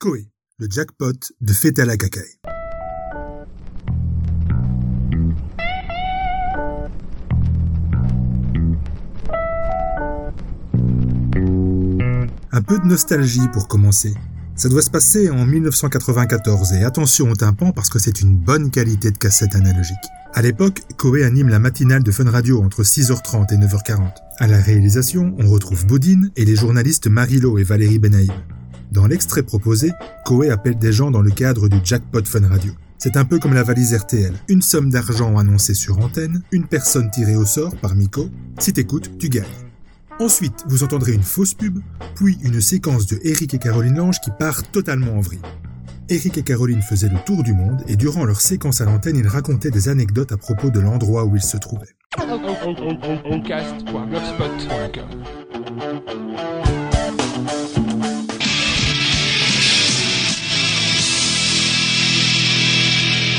Koé, le jackpot de fête à la cacaille. Un peu de nostalgie pour commencer. Ça doit se passer en 1994 et attention au tympan parce que c'est une bonne qualité de cassette analogique. À l'époque, Koé anime la matinale de Fun Radio entre 6h30 et 9h40. À la réalisation, on retrouve Boudine et les journalistes Marilo et Valérie Benaïm. Dans l'extrait proposé, Koé appelle des gens dans le cadre du Jackpot Fun Radio. C'est un peu comme la valise RTL, une somme d'argent annoncée sur antenne, une personne tirée au sort par Miko, si t'écoutes, tu gagnes. Ensuite, vous entendrez une fausse pub, puis une séquence de Eric et Caroline Lange qui part totalement en vrille. Eric et Caroline faisaient le tour du monde et durant leur séquence à l'antenne, ils racontaient des anecdotes à propos de l'endroit où ils se trouvaient. Oncast.blogspot.com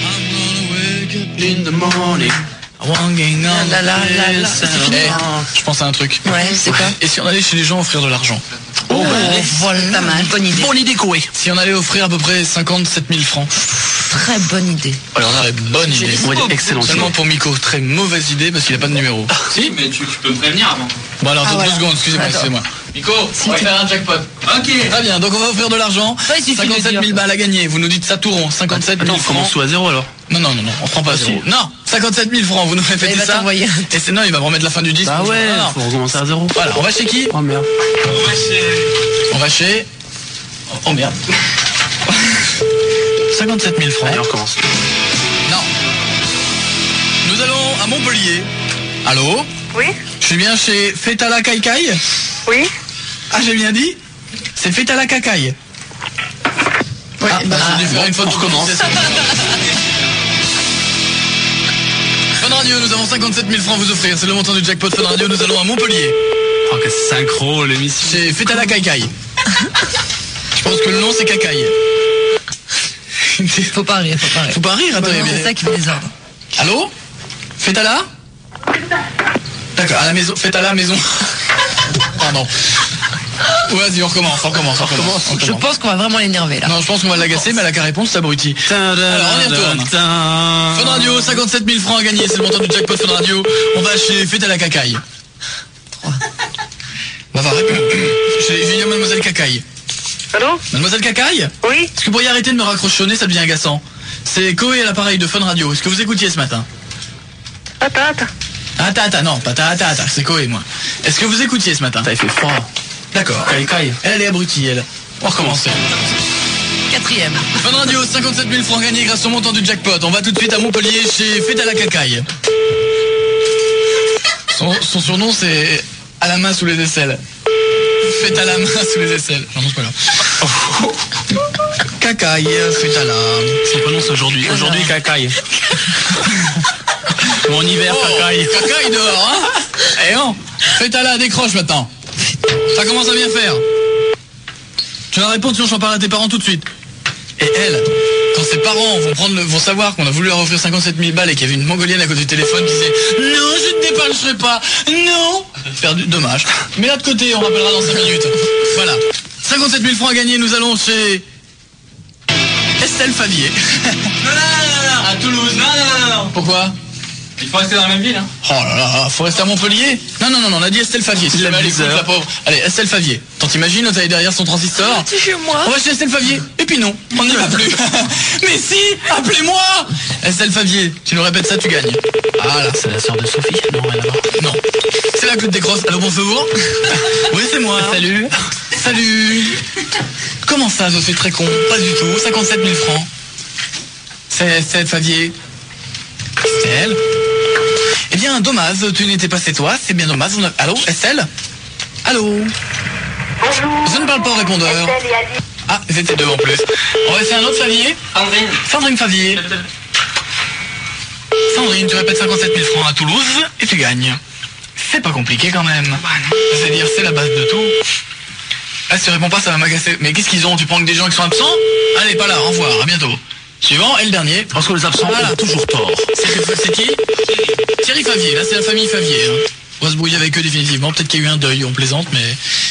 I'm gonna wake up in the morning. Wanging on La la la la la. this C'est fini. and Je pense à un truc. Ouais, c'est quoi Et si on allait chez les gens offrir de l'argent Oh, voilà. Pas mal, bonne idée. Bonne idée, Koé. Si on allait offrir à peu près 57 000 francs Très bonne idée. Alors là, bonne idée. On va dire excellent. Seulement pour Miko, très mauvaise idée parce qu'il a pas de numéro. Si, mais tu, tu peux me prévenir avant. Bon alors, Ah, deux voilà. secondes, excusez-moi, Attends. excusez-moi. Nico, On va faire un jackpot. ok. Très bien, donc on va offrir de l'argent. Ouais, il suffit de 57 dire. 000 balles à gagner. Vous nous dites ça tout rond, 57 000 Ah, Attends, francs. commence tout à zéro alors. Non, non, non, non, on prend pas si. zéro. Non, 57 000 francs, vous nous faites Bah, il va ça. t'envoyer. Et c'est non, il va me remettre la fin du disque. Bah Non, Ah ouais, non, non. faut recommencer à zéro. Voilà, on va chez qui Oh merde. On va chez. Oh merde. 57 000 francs. Allez, on recommence. Non. Nous allons à Montpellier. Allô Oui, Je suis bien chez Fetala Kaikai oui. Ah, j'ai bien dit C'est Fetala Ah, Kaikai. Ouais, bah, j'ai dû faire une fois que tu commences. Fun Radio, nous avons 57 000 francs à vous offrir. C'est le montant du jackpot Fun Radio. Nous allons à Montpellier. Oh, que synchro l'émission. C'est Fetala Kaikai. Je pense que le nom, c'est Kaikai. faut pas rire, faut pas rire. Faut pas rire, hein, attendez. Non, mais- c'est ça qui fait des ordres. Allô Fetala D'accord, à la maison. Fetala à la maison. Pardon. Ouais, Vas-y, on recommence, on recommence, on recommence. on Je recommence. pense qu'on va vraiment l'énerver là. Non, je pense qu'on va l'agacer, mais elle a qu'à réponse, c'est abruti. Alors, on y retourne. Fun Radio, 57 000 francs à gagner, c'est le montant du jackpot Fun Radio. On va chez Fetala Cacaille. Bah, va répondre. Chez Julien Mademoiselle Cacaille. Allô Mademoiselle Cacaille Oui, Est-ce que vous pourriez arrêter de me raccrochonner, ça devient agaçant C'est Koé à l'appareil de Fun Radio. Est-ce que vous écoutiez ce matin patate. Attends, attends, non, pas ta, attends, attends, c'est Koé, moi. Est-ce que vous écoutiez ce matin Ça, il fait froid. D'accord. Caille, caille. Elle, elle est abrutie, elle. On recommence. Quatrième. Fun Radio, 57 000 francs gagnés grâce au montant du jackpot. On va tout de suite à Montpellier chez Fête à la Cacaille. Son, son surnom, c'est À la main sous les aisselles. Fête à la main sous les aisselles. Non, non, c'est pas là. Cacaille, fête à la. Son prénom c'est aujourd'hui. Aujourd'hui, cacaille. Mon hiver, Oh, cacaille. Cacaille dehors, hein Eh non Fête à la décroche maintenant. Ça commence à bien faire. Tu vas répondre sinon je t'en parle à tes parents tout de suite. Et elle, quand ses parents vont, prendre le- vont savoir qu'on a voulu leur offrir 57 000 balles et qu'il y avait une mongolienne à côté du téléphone qui disait Non, je ne t'épargnerai pas Non Perdu, dommage. Mais l'autre côté, on rappellera dans 5 minutes. Voilà. 57 000 francs à gagner, nous allons chez. Estelle Favier. Non, non, non, non, à Toulouse. Non, non, non, non. Pourquoi Il faut rester dans la même ville. Hein. Oh là là, faut rester à Montpellier Non, non, non, non, on a dit Estelle Favier. Si La jamais elle écoute, bizarre. la pauvre. Allez, Estelle Favier. T'en t'imagines, on allé derrière son transistor C'est chez moi. On va chez Estelle Favier. Et puis non, on n'y va plus. Mais si, appelez-moi Estelle Favier, tu nous répètes ça, tu gagnes. Ah là, C'est la sœur de Sophie. Non, rien à voir. non. C'est la Claude Descrosses. Allô, bonjour Oui, c'est moi. Salut. Salut Comment ça, je suis très con Pas du tout, 57 000 francs. C'est Estelle Favier. Estelle Eh bien, dommage, tu n'étais pas chez toi, c'est bien dommage. on a- Allô, Estelle Allô Bonjour. Je ne parle pas au répondeur. Estelle et Ali. Ah, c'était deux en plus. On va essayer un autre Favier Sandrine. Sandrine Favier. Sandrine, tu répètes 57 000 francs à Toulouse et tu gagnes. C'est pas compliqué quand même. C'est-à-dire, c'est la base de tout. Ah, si tu réponds pas, ça va m'agacer. Mais qu'est-ce qu'ils ont Tu prends que des gens qui sont absents Allez, pas là, au revoir, à bientôt. Suivant, et le dernier. Parce que les absents Voilà. ont toujours tort. C'est c'est qui Thierry Favier, là c'est la famille Favier. hein. On va se brouiller avec eux définitivement. Peut-être qu'il y a eu un deuil, on plaisante, mais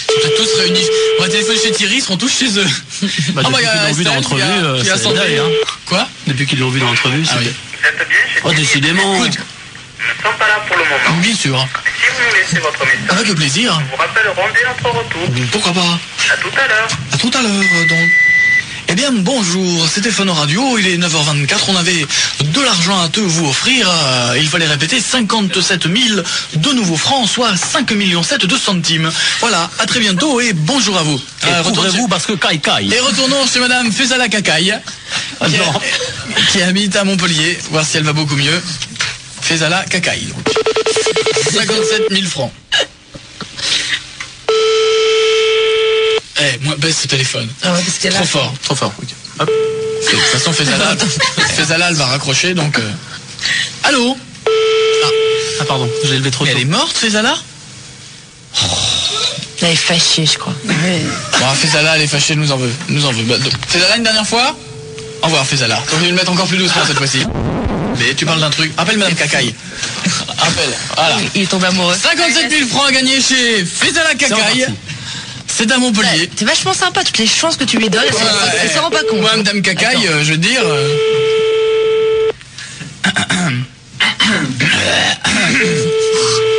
On a tous réunis. On va téléphoner chez Thierry, ils seront tous chez eux. Bah, Ah, bah, depuis il y a qu'ils l'ont vu dans Estelle, il l'entrevue, y a- euh, il y a c'est Sandrine. dingue, hein. Quoi Depuis qu'ils l'ont vu dans l'entendu, Ah c'est... oui. Vous êtes obligé, c'est Oh, difficile. décidément Nous ne sommes pas là pour le moment. Bien sûr. Si vous nous laissez votre message, Avec plaisir. nous vous rappellerons dès notre retour. Pourquoi pas À tout à l'heure. À tout à l'heure, euh, donc. Eh bien, bonjour, c'était Fun Radio, il est 9h24, on avait de l'argent à te vous offrir, euh, il fallait répéter 57 000 de nouveaux francs, soit 5 millions 7 de centimes. Voilà, à très bientôt et bonjour à vous. Et Euh, retournez- couvrez-vous parce que caille caille. et retournons chez Madame Fezala Cacaille, Ah, qui, non. qui habite à Montpellier, voir si elle va beaucoup mieux. Fezala Cacaille, donc. 57 000 francs. Eh, moi, baisse ce téléphone. Ah ouais, parce qu'elle a. Trop fort. Trop fort. ok. Hop. De toute façon, Fezala, Fezala, elle va raccrocher, donc... euh. Allô Ah pardon, j'ai levé trop Mais tôt. elle est morte, Fezala Elle est fâchée, je crois. Ouais. Bon, Fezala, elle est fâchée, elle nous en veut. elle nous en veut. Bah, donc, Fezala, une dernière fois Au revoir, Fezala. Donc, je vais le mettre encore plus doucement cette fois-ci. Mais tu parles d'un truc. Appelle Madame Cacaille. Appelle. Voilà. Il est tombé amoureux. 57 000 francs à gagner chez Fezala Cacaille. reparti. C'est à Montpellier. T'es vachement sympa, toutes les chances que tu lui donnes, elle s'en- Ouais, elle s'en rend pas compte. Euh, Moi, Madame Cacaille, euh, je veux dire. euh,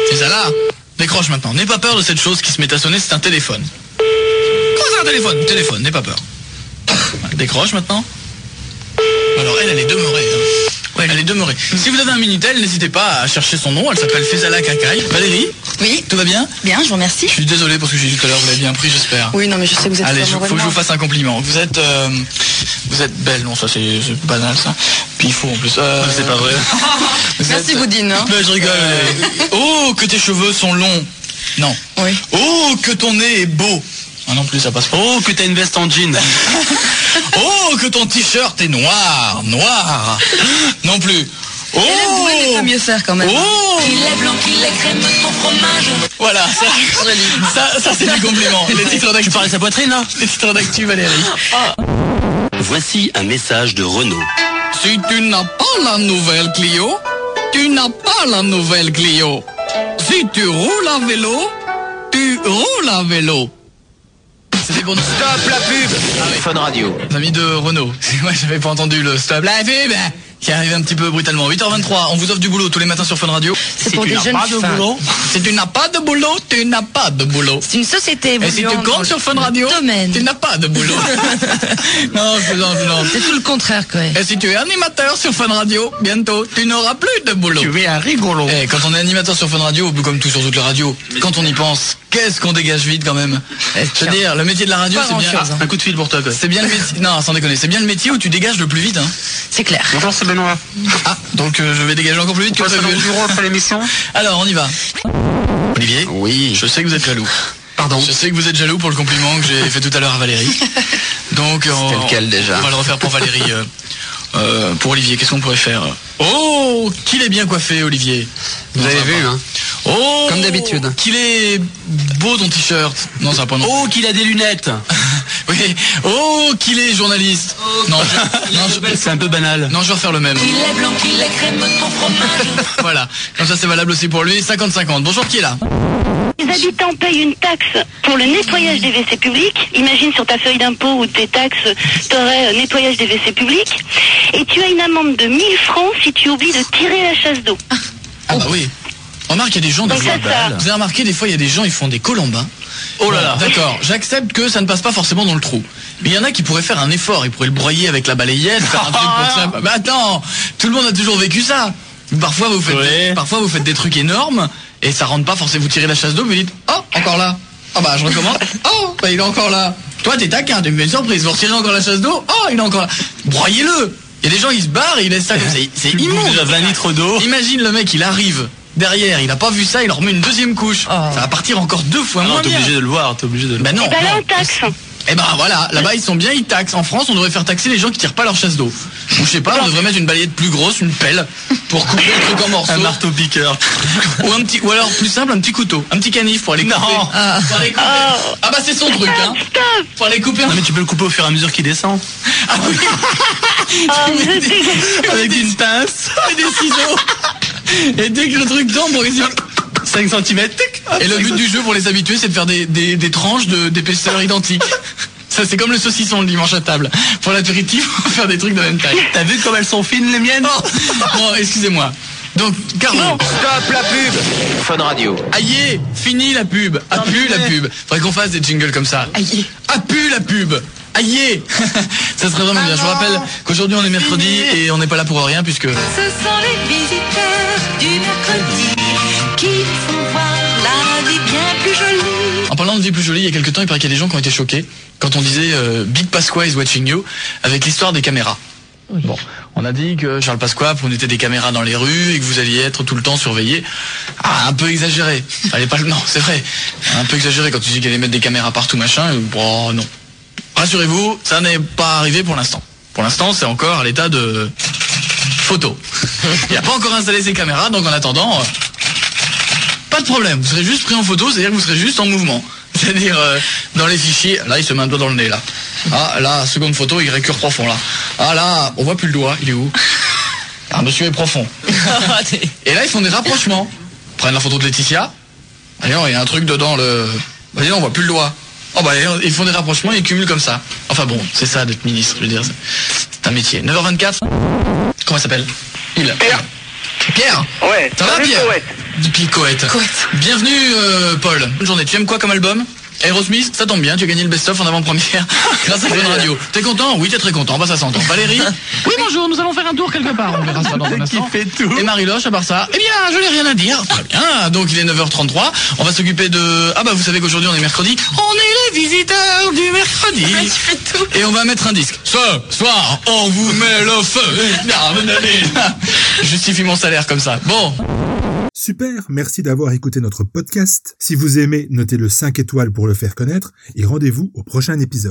C'est ça là Décroche maintenant. N'aie pas peur de cette chose qui se met à sonner, c'est un téléphone. Comment c'est un téléphone Téléphone, n'aie pas peur. Décroche maintenant. Alors elle, elle est demeurée. hein. Ouais, elle est demeurée. Si vous avez un Minitel, n'hésitez pas à chercher son nom. Elle s'appelle Fezala Cacaille. Valérie Oui, Tout va bien bien, je vous remercie. Je suis désolé pour ce que j'ai dit tout à l'heure. Vous l'avez bien pris, j'espère. Oui, non, mais je sais que vous êtes Allez, je, amoureux de faut que je moi. vous fasse un compliment. Vous êtes, euh, vous êtes belle. Non, ça c'est c'est banal ça. Puis il faut en plus. Euh, C'est pas vrai. vous Merci, êtes- Boudine. hein. Mais je rigole. Oh, que tes cheveux sont longs. Non. Oui. Oh, que ton nez est beau. Ah non plus, ça passe pas. Oh, que t'as une veste en jean. Oh, que ton t-shirt est noir, noir. Non plus. Oh. Et la bourrée, pas mieux faire quand même. Oh la blanc, la crème, ton fromage. Voilà, ça, ça, ça, c'est du compliment. Les titres d'actu, Tu parlais de sa poitrine là hein. les titres d'actu, Valérie. Voici un message de Renault. Si tu n'as pas la nouvelle Clio, tu n'as pas la nouvelle Clio. Si tu roules à vélo, tu roules à vélo. C'était pour nous. Stop la pub Fun Radio. Amis de Renault, moi j'avais pas entendu le stop la pub hein, qui arrive un petit peu brutalement. 8h23, on vous offre du boulot tous les matins sur Fun Radio. C'est pour des jeunes femmes. Si tu n'as pas de boulot, tu n'as pas de boulot. C'est une société Et si tu évoluant dans comptes sur Fun le Radio, domaine. tu n'as pas de boulot. non, je plaisante, je plaisante. C'est tout le contraire, quoi. Et Eh, si tu es animateur sur Fun Radio, bientôt, tu n'auras plus de boulot. Tu es un rigolo. Eh, quand on est animateur sur Fun Radio, comme tout sur toutes les radios, quand on y pense, qu'est-ce qu'on dégage vite quand même Je veux dire, le métier de la radio, Eh, Pas c'est bien. Ah, grand-chose, hein. Un coup de fil pour toi quoi. C'est bien le métier. Non, sans déconner, c'est bien le métier où tu dégages le plus vite. Hein. C'est clair. Bonjour, c'est Benoît. Ah, donc euh, je vais dégager encore plus vite que Passe dans le prévu. bureau après l'émission. Alors, on y va. Olivier Oui. Je sais que vous êtes jaloux. Pardon. Je sais que vous êtes jaloux pour le compliment que j'ai fait tout à l'heure à Valérie. Donc, on, lequel, déjà on va le refaire pour Valérie. euh, euh, pour Olivier, qu'est-ce qu'on pourrait faire Oh, qu'il est bien coiffé, Olivier. Vous Non, avez ça va vu, pas. hein. Oh, Comme d'habitude. Qu'il est beau ton t-shirt. Non, ça va pas non. Oh, qu'il a des lunettes. Oui. Oh, qu'il est journaliste. Oh, non, je, non, je- C'est un peu banal. non, je vais refaire le même. la blanc, la crème, ton fromage. Voilà. Comme ça, c'est valable aussi pour lui. 50-50. Bonjour, qui est là Les habitants payent une taxe pour le nettoyage des WC publics. Imagine sur ta feuille d'impôt ou tes taxes, t'aurais euh, nettoyage des WC publics. Et tu as une amende de 1000 francs si tu oublies de tirer la chasse d'eau. Ah Oh. bah oui. Remarque, il y a des gens des Donc ça, ça. Vous avez remarqué, des fois, il y a des gens, ils font des colombins. Oh là là. D'accord, j'accepte que ça ne passe pas forcément dans le trou. Mais il y en a qui pourraient faire un effort, ils pourraient le broyer avec la balayette, faire un truc pour ça. Bah attends, tout le monde a toujours vécu ça. Parfois vous faites, Ouais. parfois vous faites des trucs énormes et ça rentre pas forcément. Vous tirez la chasse d'eau, vous dites oh encore là. Oh bah je recommande. Oh bah il est encore là. Toi t'es taquin, tu me fais une surprise. Vous retirez encore la chasse d'eau. Oh il est encore là. Broyez-le. Il y a des gens ils se barrent, et ils laissent ça comme ça. C'est Tu bouffes immonde. déjà 20 litres d'eau. Imagine le mec, il arrive derrière, il a pas vu ça, il leur met une deuxième couche. Oh. Ça va partir encore deux fois Ah Non, moins t'es bien. obligé de le voir, t'es obligé de le Ben non. Et ben là, non. on taxe. Eh ben voilà, là-bas ils sont bien, ils taxent. En France, on devrait faire taxer les gens qui tirent pas leur chasse d'eau. Ou je sais pas, on devrait mettre une balayette plus grosse, une pelle, pour couper le truc en morceaux. Un marteau piqueur. ou un petit, ou alors plus simple, un petit couteau, un petit canif pour aller couper. Non. Ah. Pour aller couper. Ah bah c'est son truc, hein. Stop Pour aller couper. Non mais tu peux le couper au fur et à mesure qu'il descend. Ah oui. Ah, je dégage. Avec une pince et des ciseaux. Et dès que le truc tombe, on réussit- 5 cm. Et le but du jeu pour les habitués, c'est de faire des, des, des tranches de- d'épaisseur identique. Ça, c'est comme le saucisson le dimanche à table. Pour l'apéritif, on va faire des trucs de même taille. T'as vu comme elles sont fines les miennes Bon, excusez-moi. Donc, Caro, Oh. Stop la pub Fun Radio. aïe, fini la pub. A pu la pub. Faudrait qu'on fasse des jingles comme ça. Aïe. A pu la pub. Aïe Ah Ça serait vraiment bien. Je vous rappelle qu'aujourd'hui, on est mercredi et on n'est pas là pour rien puisque... Ce sont les visiteurs du mercredi qui font voir la vie bien plus jolie. En parlant de vie plus jolie, il y a quelques temps, il paraît qu'il y a des gens qui ont été choqués quand on disait euh, Big Pasqua is watching you avec l'histoire des caméras. Bon, on a dit que Charles Pasqua était des caméras dans les rues et que vous alliez être tout le temps surveillé. Ah, un peu exagéré. Allez pas le non, c'est vrai. Un peu exagéré quand tu dis qu'il allait mettre des caméras partout machin. euh, Bon, non. Rassurez-vous, ça n'est pas arrivé pour l'instant. Pour l'instant, c'est encore à l'état de photo. Il n'y a pas encore installé ces caméras, donc en attendant, euh, pas de problème, vous serez juste pris en photo, c'est-à-dire que vous serez juste en mouvement. C'est-à-dire euh, dans les fichiers, là il se met un doigt dans le nez là. Ah là, seconde photo, il récure profond là. Ah là, on voit plus le doigt, il est où Ah monsieur est profond. Et là ils font des rapprochements. Ils Prennent la photo de Laetitia. Ah, dis donc, il y a un truc dedans le. Bah dis donc, on voit plus le doigt. Oh bah ils font des rapprochements et ils cumulent comme ça. Enfin bon, c'est ça d'être ministre, je veux dire. c'est- C'est un métier. 9h24. Comment il s'appelle Il. Pierre. Pierre Ouais, Ça va salut, Pierre Poète. Depuis Coët. Coët. Bienvenue euh, Paul. Bonne journée. Tu aimes quoi comme album Aerosmith, ça tombe bien, tu as gagné le best-of en avant-première grâce à Fun Radio. T'es content Oui, t'es très content, bah ça s'entend. Valérie Oui, bonjour, nous allons faire un tour quelque part. On verra ça dans un instant. Et Marie-Loche, à part ça Eh bien, je n'ai rien à dire. Très bien, donc il est 9h33. On va s'occuper de... Ah bah, vous savez qu'aujourd'hui, on est mercredi. On est les visiteurs du mercredi. Ah, Tu fais tout. Et on va mettre un disque. Ce soir, on vous met le feu. Justifie mon salaire comme ça. Bon, Super, merci d'avoir écouté notre podcast. Si vous aimez, notez le 5 étoiles pour le faire connaître et rendez-vous au prochain épisode.